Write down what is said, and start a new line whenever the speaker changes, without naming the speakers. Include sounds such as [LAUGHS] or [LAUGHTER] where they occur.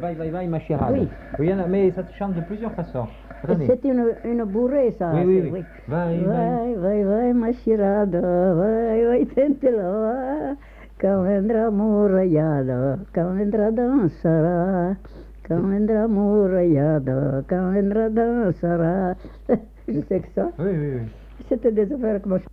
Vai, vai, vai, ma chère.
Oui.
il y en a- mais ça se chante de plusieurs façons. Attendez.
C'est une, une bourrée, ça.
Oui, oui,
c'est-
oui. Vai, vai.
Vai, vai, vai, ma chirada, vai, vai, tentela, quand viendra morayada, quand viendra dansera, quand viendra morayada, [LAUGHS] quand viendra dansera. Je sais que ça.
Oui, oui, oui.
C'était des affaires comme ça.